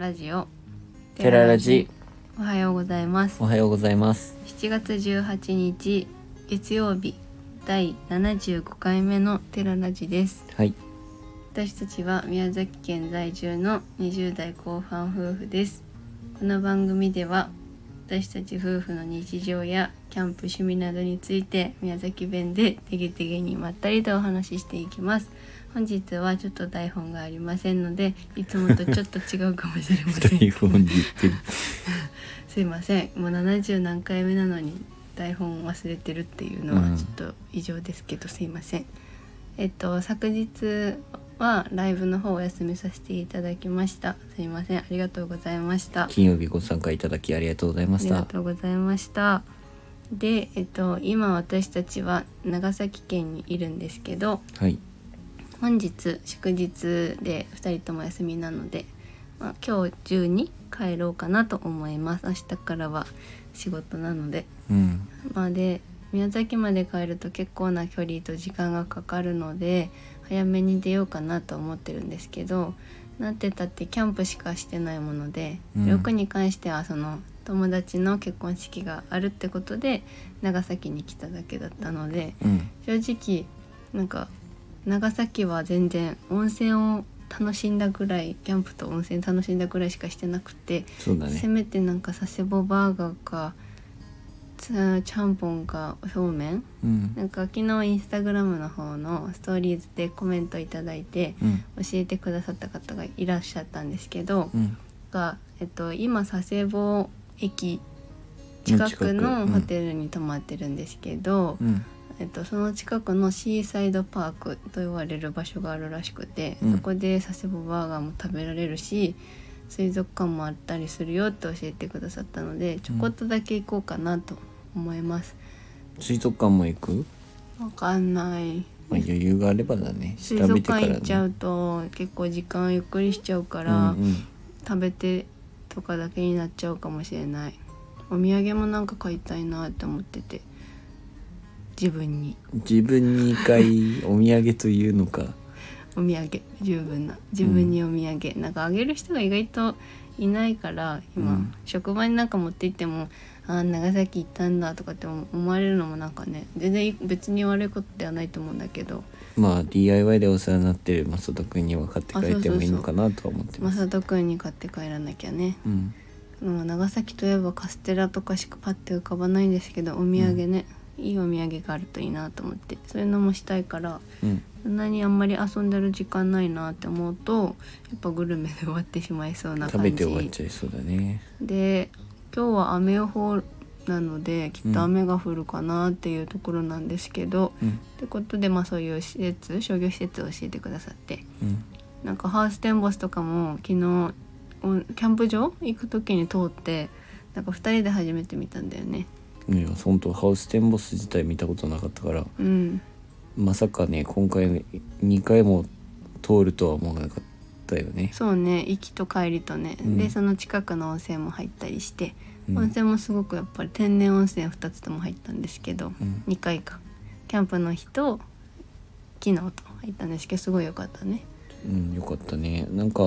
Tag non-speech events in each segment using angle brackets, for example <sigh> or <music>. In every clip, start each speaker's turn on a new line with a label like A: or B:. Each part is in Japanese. A: ラジオ
B: テララジ
A: おはようございます
B: おはようございます
A: 7月18日月曜日第75回目のテララジです
B: はい
A: 私たちは宮崎県在住の20代後半夫婦ですこの番組では私たち夫婦の日常やキャンプ趣味などについて宮崎弁でてげてげにまったりとお話ししていきます本日はちょっと台本がありませんのでいつもとちょっと違うかもしれません
B: <laughs> 台本に言ってる
A: すいませんもう70何回目なのに台本忘れてるっていうの
B: う
A: は
B: ん
A: ちょっと異常ですけど、すいませんえっと昨日はライブの方お休みさせていただきましたすいませんありがとうございました
B: 金曜日ご参加いただきありがとうございまし
A: あり
B: た
A: がとうございました。で、えっと、今私たちは長崎県にいるんですけど
B: はい
A: 本日祝日で2人とも休みなので、まあ、今日中に帰ろうかなと思います明日からは仕事なので。
B: うん
A: まあ、で宮崎まで帰ると結構な距離と時間がかかるので早めに出ようかなと思ってるんですけどなんてたってキャンプしかしてないもので、
B: うん
A: 旅行に関してはその友達の結婚式があるってことで長崎に来ただけだったので
B: うん
A: 正直なんか長崎は全然温泉を楽しんだぐらいキャンプと温泉楽しんだぐらいしかしてなくて
B: そうだ
A: せ
B: ね
A: めてなんか佐世保バーガーかつちゃんぽんか表面
B: うん
A: なんか昨日インスタグラムの方のストーリーズでコメントいただいて
B: うん
A: 教えてくださった方がいらっしゃったんですけど
B: うん
A: が、えっと、今佐世保駅近く
B: う
A: の
B: ん
A: ホテルに泊まってるんですけど、
B: うん
A: えっと、その近くのシーサイドパークと言われる場所があるらしくて、
B: うん
A: そこで佐世保バーガーも食べられるし水族館もあったりするよって教えてくださったのでちょこっとだけ行こうかなと思います。
B: 水族館も行く
A: わかんない
B: まあ余裕があればだね調
A: 水族
B: べてから
A: 館行っ
B: ね
A: ちゃうと結構時間ゆっくりしちゃうか
B: う
A: ら、
B: んうん
A: 食べてとかだけになっちゃうかもしれないお土産もなんか買いたいなって思ってて自分に
B: 自分に一回お土産というのか
A: お土産十分な自分にお土産、なんかあげる人が意外といないから今、
B: うん
A: 職場になんか持って行っても「あー長崎行ったんだ」とかって思われるのもなんかね全然別に悪いことではないと思うんだけど
B: まあ DIY でお世話になってる増田君に分かってくれてもいいのかなとは思ってます
A: 正人君に買って帰らなきゃね。
B: うん
A: もう長崎といえばカステラとかしかパッて浮かばないんですけどお土産ね、いいお土産があるといいなと思ってそういうのもしたいから
B: うん
A: そんなにあんまり遊んでる時間ないなって思うとやっぱグルメで終わってしまいそうな
B: 食
A: 感
B: べ
A: じ
B: て終わっちゃいそうだね
A: で今日は雨予報なのできっと雨が降るかなっていうところなんですけど、
B: うん
A: ってことでまあそういう施設商業施設を教えてくださって
B: うん
A: なんかハウステンボスとかも昨日おキャンプ場行く時に通ってなんか2人で初めて見たんだよね
B: いや本当ハウステンボス自体見たことなかったから
A: うん
B: まさかね今回2回も通るとは思わなかったよね
A: そうね行きと帰りとね、
B: うん
A: でその近くの温泉も入ったりして、
B: うん
A: 温泉もすごくやっぱり天然温泉2つとも入ったんですけど、
B: うん
A: 2回かキャンプの日と昨日と入ったんですけどすごい良かったね
B: うんよかったねなんか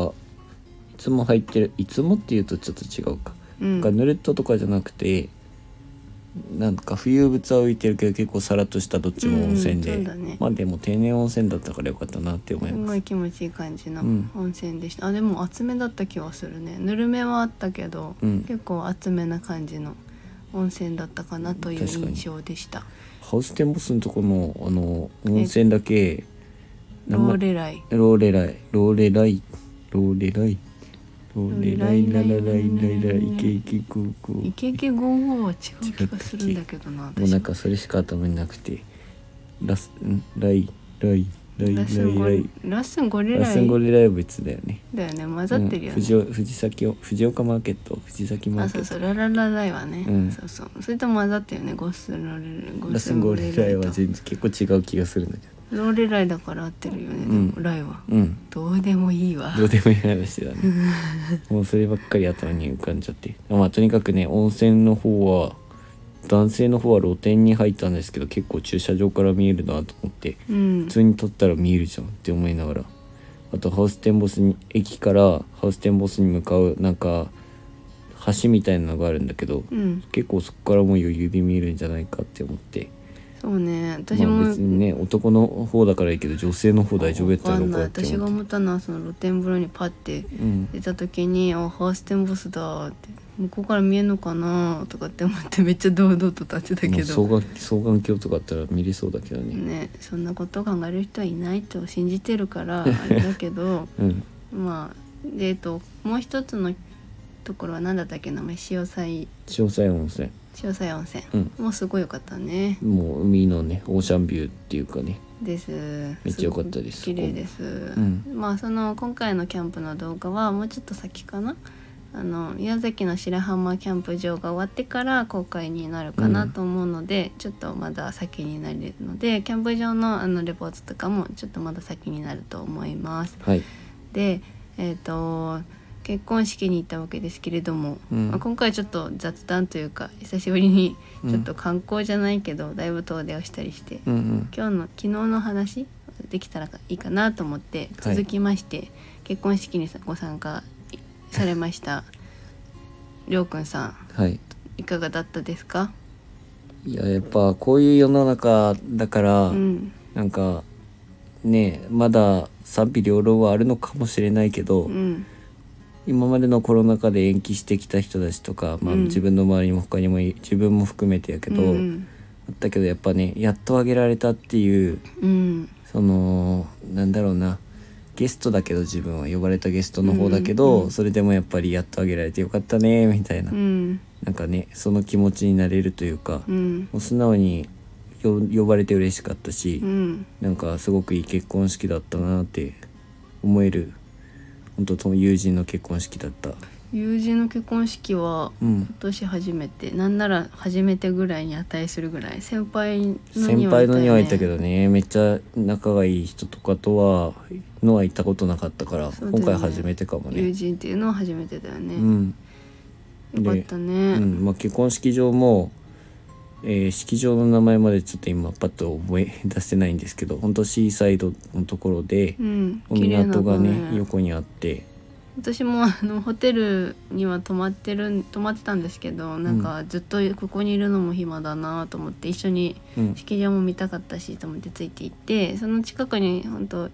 B: いつも入ってるいつもっていうとちょっと違うか、
A: う
B: なんか
A: ん
B: ヌレットとかじゃなくてなんか浮遊物は浮いてるけど結構さらっとしたどっちも温泉
A: う
B: で、
A: んうんそうだね
B: まあでも天然温泉だったからよかったなって思い
A: す
B: ま
A: ご
B: す
A: い気持ちいい感じの
B: うん
A: 温泉でした、あでも厚めだった気はするねぬるめはあったけど、
B: うん
A: 結構厚めな感じの温泉だったかなという
B: 確かに
A: 印象でした
B: ハウステンボスのとこのあの温泉だけ
A: ローレライ
B: ローレライ、ローレライ、ローレライ、ローレライ、ララライ、ララライ、イケイケクーク
A: イ
B: ー。
A: ケイケ55は違う気がするんだけどな
B: もう
A: 私
B: なんかそれしか頭になくて、ラス、んライ、ライ、ライ、ラ
A: ラスンゴ
B: イ、
A: ラスンゴ
B: ライ。
A: レ
B: ラ
A: ラ
B: スンゴ
A: イ
B: レライは別だよね。
A: だよね混ざってるよ
B: うん
A: ね、
B: 藤尾藤崎を、藤岡マーケット、藤崎マ
A: あ
B: ーケ
A: そうそ
B: ッ
A: うラララライはね、
B: うん
A: そうそうそれと混ざってるよねゴスのレラ
B: ト。
A: ゴ
B: ラ
A: ス
B: ス
A: ン
B: ン
A: ゴ
B: ゴ
A: レ
B: レ
A: ラ
B: ラ
A: イ
B: イ
A: と
B: は全然結構違う気がするんだけ
A: ローレライだから合ってるよね、
B: うん
A: でもライは
B: ど。うん。
A: どうでもいいわ
B: <laughs> どうでもいい話
A: <laughs>
B: だね。もうそればっかり頭に浮かんじゃって。まあとにかくね、温泉の方は、男性の方は露店に入ったんですけど、結構駐車場から見えるなと思って、
A: うん
B: 普通に撮ったら見えるじゃんって思いながら、あとハウステンボスに駅からハウステンボスに向かうなんか橋みたいなのがあるんだけど、
A: うん
B: 結構そこからもう余裕で見えるんじゃないかって思って
A: そうね私
B: まあ、
A: も
B: 別にね男の方だからいいけど女性の方大丈夫やった
A: わ
B: の
A: かん
B: か
A: ない
B: なって
A: 私が
B: 思っ
A: 思ったのはその露天風呂にパッて
B: て、うん、
A: 出た時に「あハウステンボスだ」って「向こうから見えんのかな」とかって思ってめっちゃ堂々と立ってた
B: も
A: け
B: う双
A: ど、
B: 眼双眼鏡とかあったら見れそうだけどね
A: ね、そんなことを考える人はいないと信じてるから
B: <laughs>
A: あれだけど
B: うん
A: まあでえっともう一つのところは何だったっけ名前潮騒
B: 詳細温泉
A: 潮騒温泉、
B: うん
A: もうすごい良かったね
B: もう海のねオーシャンビューっていうかね
A: です
B: めっちゃ良かったです
A: ごく綺麗です、
B: ん
A: まあその今回のキャンプの動画はもうちょっと先かなあの宮崎の白浜キャンプ場が終わってから公開になるかなと思うので、ちょっとまだ先になるのでキャンプ場のあのレポートとかもちょっとまだ先になると思います
B: はい
A: でえっ、と結婚式に行ったわけですけれども、
B: うん
A: まあ、今回ちょっと雑談というか久しぶりにちょっと観光じゃないけど、だいぶ遠出をしたりして、
B: うんうん
A: 今日の昨日の話できたらいいかなと思って
B: はい
A: 続きまして、結婚式にさご参加されました <laughs> りょうくんさん
B: はい
A: いかがだったですか
B: いややっぱこういう世の中だから、
A: うん
B: なんかねまだ賛否両論はあるのかもしれないけど、
A: うん
B: 今までのコロナ禍で延期してきた人たちとか、まあ、
A: うん
B: 自分の周りにも他にもい自分も含めてやけど、
A: うん
B: あったけどやっぱねやっとあげられたっていう
A: うん
B: そのなんだろうなゲストだけど自分は呼ばれたゲストの方だけ
A: う
B: ど、
A: んうん
B: それでもやっぱりやっとあげられてよかったねみたいな、
A: うん
B: なんかねその気持ちになれるというか、
A: う
B: も
A: ん
B: う素直によ呼ばれて嬉しかったし、
A: うん
B: なんかすごくいい結婚式だったなって思える本当と友人の結婚式だった。
A: 友人の結婚式は
B: うん
A: 今年初めてなんなら初めてぐらいに値するぐらい先輩の
B: 先輩のにはいたけ
A: ど
B: どねめっちゃ仲がいい人とかとはのは行ったことなかったから、
A: そうだよね
B: 今回初めてかも
A: 友
B: ね。
A: 人っていうのは初めてだよ
B: う
A: ね、
B: ん
A: よかったね、
B: うんまあ、結婚式場も、えー式場の名前までちょっと今パッと思い出せないんですけど本当シーサイドのところで
A: う、ん
B: お
A: 綺麗な
B: 港
A: 場
B: が
A: 面
B: ね横にあって
A: 私もあのホテルには泊まってる泊まってたんですけどなんかずっとここにいるのも暇だなと思って一緒に
B: うん
A: 式場も見たかったしと思ってついていってその近くに本当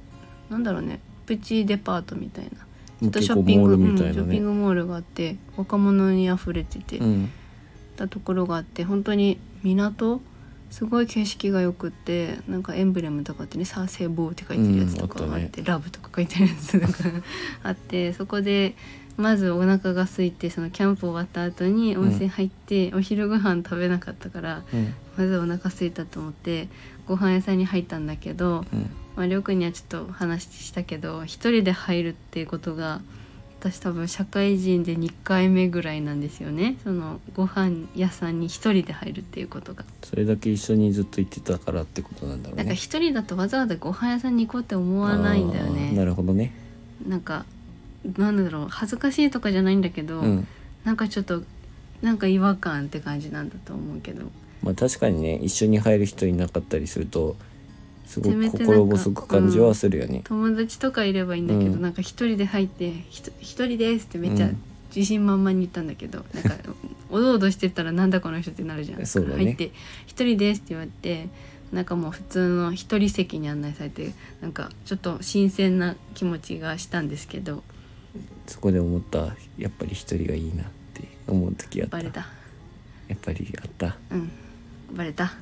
A: なんだろうねプチデパートみたいなちょ
B: も
A: っ
B: う
A: と
B: 結
A: ショ
B: 構
A: ッピン
B: モ
A: グ
B: ールみた
A: うん
B: い
A: シ
B: な
A: ョッピン
B: ね。
A: グモールがあって若者に溢れてて、
B: うん
A: たところがあって本当に港すごい景色がよくってなんかエンブレムとかあってね「サーセーボー」って書いてるやつとか
B: うん
A: が
B: あ
A: あっ
B: っ
A: たて「
B: ね
A: ラブ」とか書いてるやつとか
B: <laughs>
A: あってそこでまずお腹が空いてそのキャンプ終わった後に温泉入って、お昼ご飯食べなかったから
B: うん
A: まずお腹空いたと思ってご飯屋さんに入ったんだけど、
B: うん
A: まあ、りょうくんにはちょっとお話ししたけど一人で入るっていうことが私多分社会人で2回目ぐらいなんですよねそのご飯屋さんに一人で入るっていうことが、
B: それだけ一緒にずっと行ってたからってことなんだろう
A: なんか
B: ね。
A: 一人だとわざわざご飯屋さんに行こうって思わないんだよ
B: あーな
A: ね
B: るほどね。
A: なんかなんだろう恥ずかしいとかじゃないんだけど、
B: うん。
A: なんかちょっとなんか違和感って感じなんだと思うけど
B: まあ確かにね一緒に入る人いなかったりするとすご
A: せめ
B: く
A: てなんか
B: 心細く感じはするよね。
A: 友達とかいればいいんだけど、
B: うん
A: なんか一人で入って「ひと一人です」ってめっちゃ
B: うん
A: 自信満々に言ったんだけ
B: <laughs>
A: ど、なんかおどおどしてたらなんだこの人ってなるじゃん。
B: そうだね
A: 入って「一人です」って言われてなんかもう普通の一人席に案内されてなんかちょっと新鮮な気持ちがしたんですけど
B: そこで思ったやっぱり一人がいいなって思う時あった。
A: バレ
B: や
A: た
B: っぱりあった。
A: うんバレた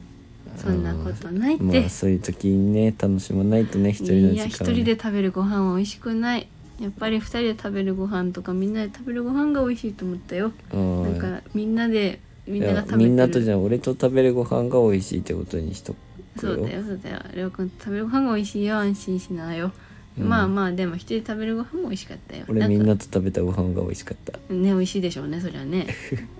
A: そんなことないって。
B: まあそういう時にね楽しまないとね一人の
A: い
B: 時間
A: や
B: はね
A: 一人で食べるご飯は美味しくないやっぱり二人で食べるご飯とかみんなで食べるご飯が美味しいと思ったよ
B: うん
A: なんかみんなでみ
B: い
A: んなが食べ
B: や
A: てる
B: みんなとじゃん俺と食べるご飯が美味しいってことにしとく
A: そ
B: よ。
A: うだよそうだよりょうくん食べるご飯が美味しいよ安心しなよ、
B: うん
A: まあまあでも一人で食べるご飯も美味しかったよ
B: 俺
A: だから
B: みんなと食べたご飯が美味しかった。
A: ね美味しいでしょうねそりゃ
B: <laughs>
A: ね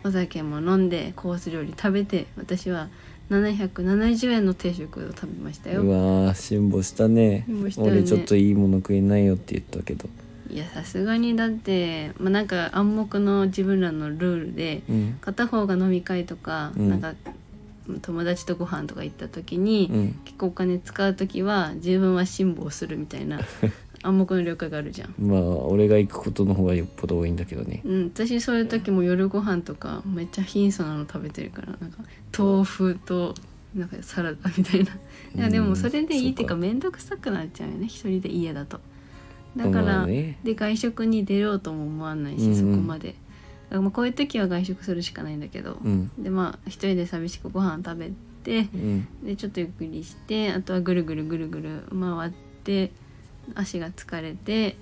A: お酒も飲んでコース料理食べて私は770円の定食を食べました
B: う
A: よ
B: わー辛抱したね
A: 辛抱したよね
B: 俺ちょっといいもの食えないよって言ったけど、
A: いやさすがにだって、まあ、なんか暗黙の自分らのルールで、
B: うん
A: 片方が飲み会とか、
B: うん
A: なんか友達とご飯とか行った時に、
B: うん、 <laughs>
A: 結構お金使う時は自分は辛抱するみたいな暗黙の了解があるじゃん
B: まあ俺が行くことの方がよっぽど多いんだけどね
A: うん私そういう時も夜ご飯とかめっちゃ貧相なの食べてるからなんか豆腐となんかサラダみたいないやでもそれでいいっていうか
B: そう
A: 面倒くさくなっちゃうよね一人で家だとだから、
B: まあね
A: で外食に出ようとも思わないし、
B: うんうん
A: そこまでだからまあこういう時は外食するしかないんだけど、
B: うん
A: でまあ一人で寂しくご飯食べて
B: うん
A: でちょっとゆっくりしてあとはぐるぐるぐるぐる回って足が疲れて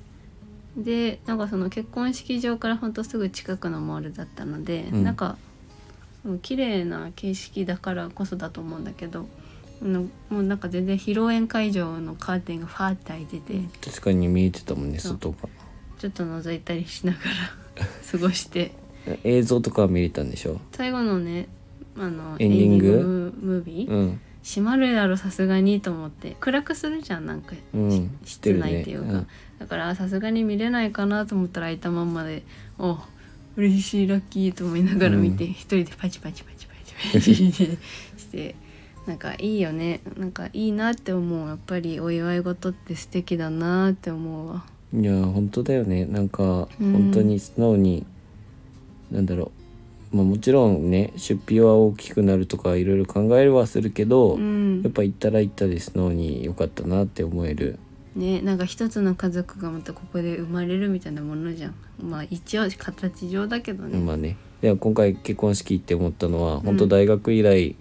A: でなんかその結婚式場からほんとすぐ近くのモールだったので、
B: うん
A: なんかうん綺麗な景色だからこそだと思うんだけどあのもうなんか全然披露宴会場のカーテンがファーって開いてて、
B: 確かに見えてたもんね
A: そう
B: 外が
A: ちょっと覗いたりしながら過ごして
B: 映像とかは見れたんでしょ
A: 最後のねあの
B: エンディング
A: エムムービー、
B: うん
A: 閉まるやろさすがにと思って暗くするじゃんなんか、
B: うん
A: し
B: 知って
A: 室
B: るね
A: 内っていうか、だからあさすがに見れないかなと思ったら開いたまんまでお嬉しいラッキーと思いながら見て、
B: う
A: 一人でパチパチパチパチパチしてなんかいいよねなんかいいなって思うやっぱりお祝い事って素敵だなって思うわ
B: いや本当だよねなんか
A: うん
B: 本当に素直に、なんだろう、まあ、もちろんね出費は大きくなるとかいろいろ考えはするけど、
A: うん
B: やっぱ行ったら行ったで素直に良かったなって思える
A: ねなんか一つの家族がまたここで生まれるみたいなものじゃんまあ一応形上だけどね、
B: まあねでも今回結婚式行って思ったのは、
A: ん
B: 本当大学以来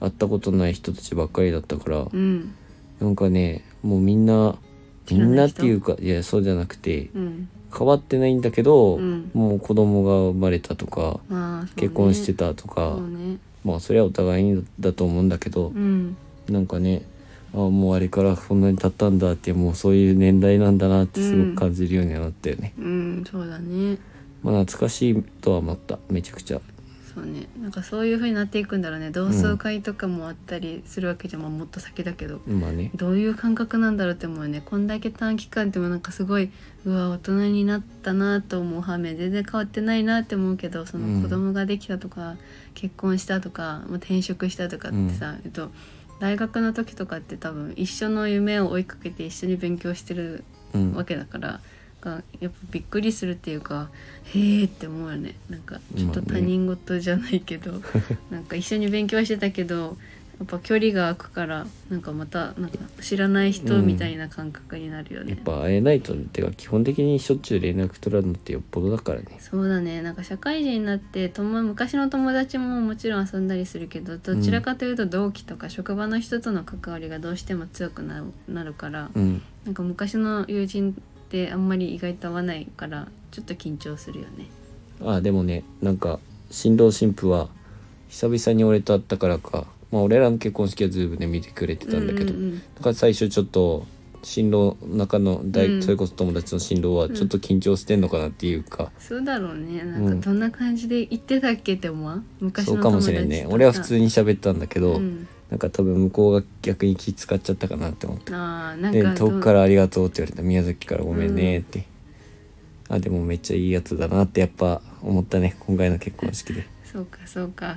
B: 会ったことない人たちばっかりだったから、
A: うん
B: なんかねもうみんな
A: 知
B: み
A: ら
B: ん
A: な
B: ないっ
A: 人
B: ていうかいやそうじゃなくて
A: うん
B: 変わってないんだけど、
A: うん
B: もう子供が生まれたとか
A: まあそうね
B: 結婚してたとか、
A: そうね
B: まあそれはお互いにだと思うんだけど
A: う、ん
B: なんかねあもうあれからこんなに経ったんだってもうそういう年代なんだなってすごく感じるようにはなったよね、
A: うんそうだね
B: まあ懐かしいとは思っためちゃくちゃ
A: そうねなんかそういう風になっていくんだろうね同窓会とかもあったりするわけじゃん、まあもっと先だけど
B: まあね
A: どういう感覚なんだろうって思うよねこんだけ短期間でもなんかすごいうわ大人になったなと思う反面全然変わってないなって思うけどそ
B: う
A: の
B: ん
A: 子供ができたとか、結婚したとか、まあ、転職したとかってさ、えっと、大学の時とかって多分一緒の夢を追いかけて一緒に勉強してる
B: うん
A: わけだから、がやっぱびっくりするっていうかへーって思うよねなんかちょっと他人事じゃないけ
B: <laughs>
A: ど、なんか一緒に勉強してたけどやっぱ距離が空くからなんかまたなんか知らない人みたいな感覚になるよ
B: や
A: ね
B: っ、ぱ会えないとてか基本的にしょっちゅう連絡取らんのってよっぽどだからね
A: そうだねなんか社会人になって友昔の友達ももちろん遊んだりするけどどちらかというと同期とか職場の人との関わりがどうしても強くななるから、
B: うん
A: なんか昔の友人ってあんまり意外と合わないからちょっと緊張するよね。
B: あでもねなんか新郎新婦は久々に俺と会ったからかまあ俺らの結婚式は Zoom で見てくれてたんだけど、
A: うんうんうん
B: だから最初ちょっと新郎中の大、
A: うん
B: それこそ友達の新郎はちょっと緊張してんのかなっていうか、
A: そうだろうねな
B: うんん
A: かどんな感じで行ってたっけって思わん昔
B: そ
A: の友
B: うかも
A: 達
B: し
A: と
B: れんね俺は普通に喋ったんだけど、
A: うん
B: なんか多分向こうが逆に気使っちゃったかなって思って
A: あーなん
B: で
A: か
B: 遠
A: ど
B: く
A: う
B: から「ありがとう」って言われた宮崎から「ごめんね」って、あでもめっちゃいいやつだなってやっぱ思ったね今回の結婚式で
A: そうかそうか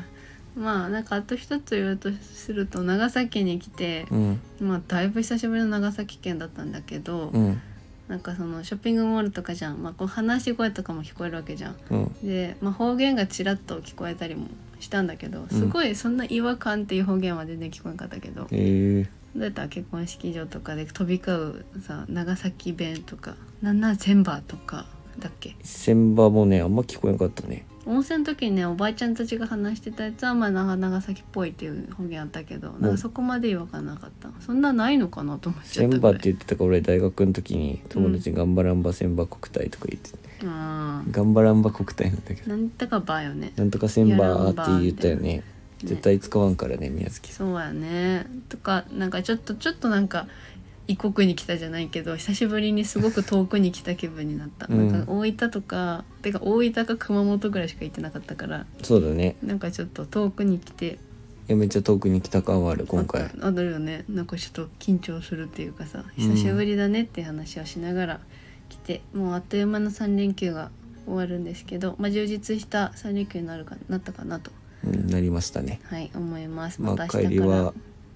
A: まあなんかあと一つ言うとすると長崎に来て、
B: うん
A: まあだいぶ久しぶりの長崎県だったんだけど、
B: うん
A: なんかそのショッピングモールとかじゃん、まあ、こう話し声とかも聞こえるわけじゃん
B: うん
A: で、まあ、方言がちらっと聞こえたりもしたんだけどすごいそんな違和感っていう方言は全然聞こえなかったけど、
B: えー、
A: どうやったら結婚式場とかで飛び交うさ長崎弁とか七千葉とかだっけ
B: 千葉もねあんま聞こえなかったね
A: 温泉の時にねおばあちゃんたちが話してたやつはまあ長長崎っぽいっていう方言あったけどなんかそこまで違和感なかったそんなないのかなと思っちゃっ
B: 千
A: た
B: 葉
A: ぐ
B: っ
A: ら
B: て
A: い
B: 言ってたから俺大学の時に友達に「頑張らんば千葉国体」とか言ってて
A: あ
B: 「頑張らんば国体」なんだけ
A: ー
B: ど
A: なんだかばよね
B: 「なんとか千葉」って言ったよね絶対使わんからね宮崎さん
A: そうやねとかなんかちょっとちょっとなんか異国に来たじゃないけど久しぶりにすごく遠くに来た気分になった、
B: うん
A: なんか大分とかてか大分か熊本ぐらいしか行ってなかったから
B: そうだね
A: なんかちょっと遠くに来て
B: いやめっちゃ遠くに来た感はある今
A: あ
B: 回
A: あるよねなんかちょっと緊張するっていうかさ久しぶりだねって話をしながら来て、もうあっという間の3連休が終わるんですけど、まあ、充実した3連休になるかなったかなと、
B: うんなりましたね
A: はい、思います。
B: ま
A: ま
B: あ
A: た明
B: 帰
A: 日
B: り
A: か
B: は
A: ら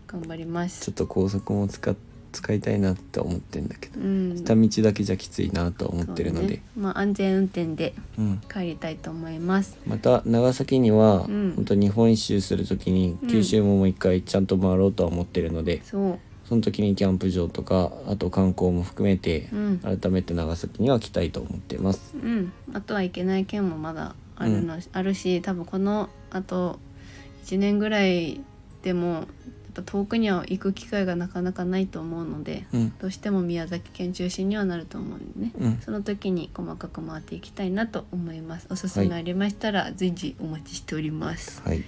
A: 頑張ります
B: ちょっと高速も使っ使いたいなって思ってんだけど
A: うん
B: 下道だけじゃきついなとは思ってるの
A: そう
B: で
A: ねまあ安全運転で
B: うん、
A: 帰りたいと思います
B: また長崎には、
A: うん
B: 本当日本一周する時に
A: うん
B: 九州ももう一回ちゃんと回ろうとは思ってるので、
A: そ
B: その時にキャンプ場とかあと観光も含めて
A: う、うん
B: 改めて長崎には来たいと思ってます。
A: うん、あとはいけない県もまだあるの、あるし多分このあと1年ぐらいでもやっぱ遠くには行く機会がなかなかないと思うので
B: うん、
A: どうしても宮崎県中心にはなると思うんでね
B: うん、
A: その時に細かく回っていきたいなと思いますおすすめありましたら随時お待ちしております、
B: はい、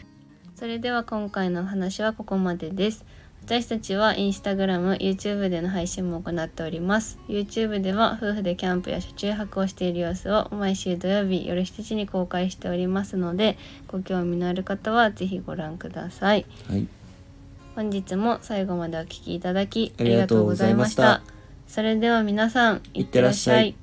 A: それでは今回のお話はここまでです。私たちはインスタグラム、YouTube での配信も行っております。YouTube では夫婦でキャンプや車中泊をしている様子を毎週土曜日夜7時に公開しておりますので、ご興味のある方はぜひご覧ください。
B: はい、
A: 本日も最後までお聴きいただき
B: あ
A: あ
B: り
A: り
B: が
A: がと
B: と
A: う
B: うご
A: ご
B: ざ
A: ざ
B: い
A: い
B: ま
A: ま
B: し
A: したた。それでは皆さん、
B: いってらっしゃい。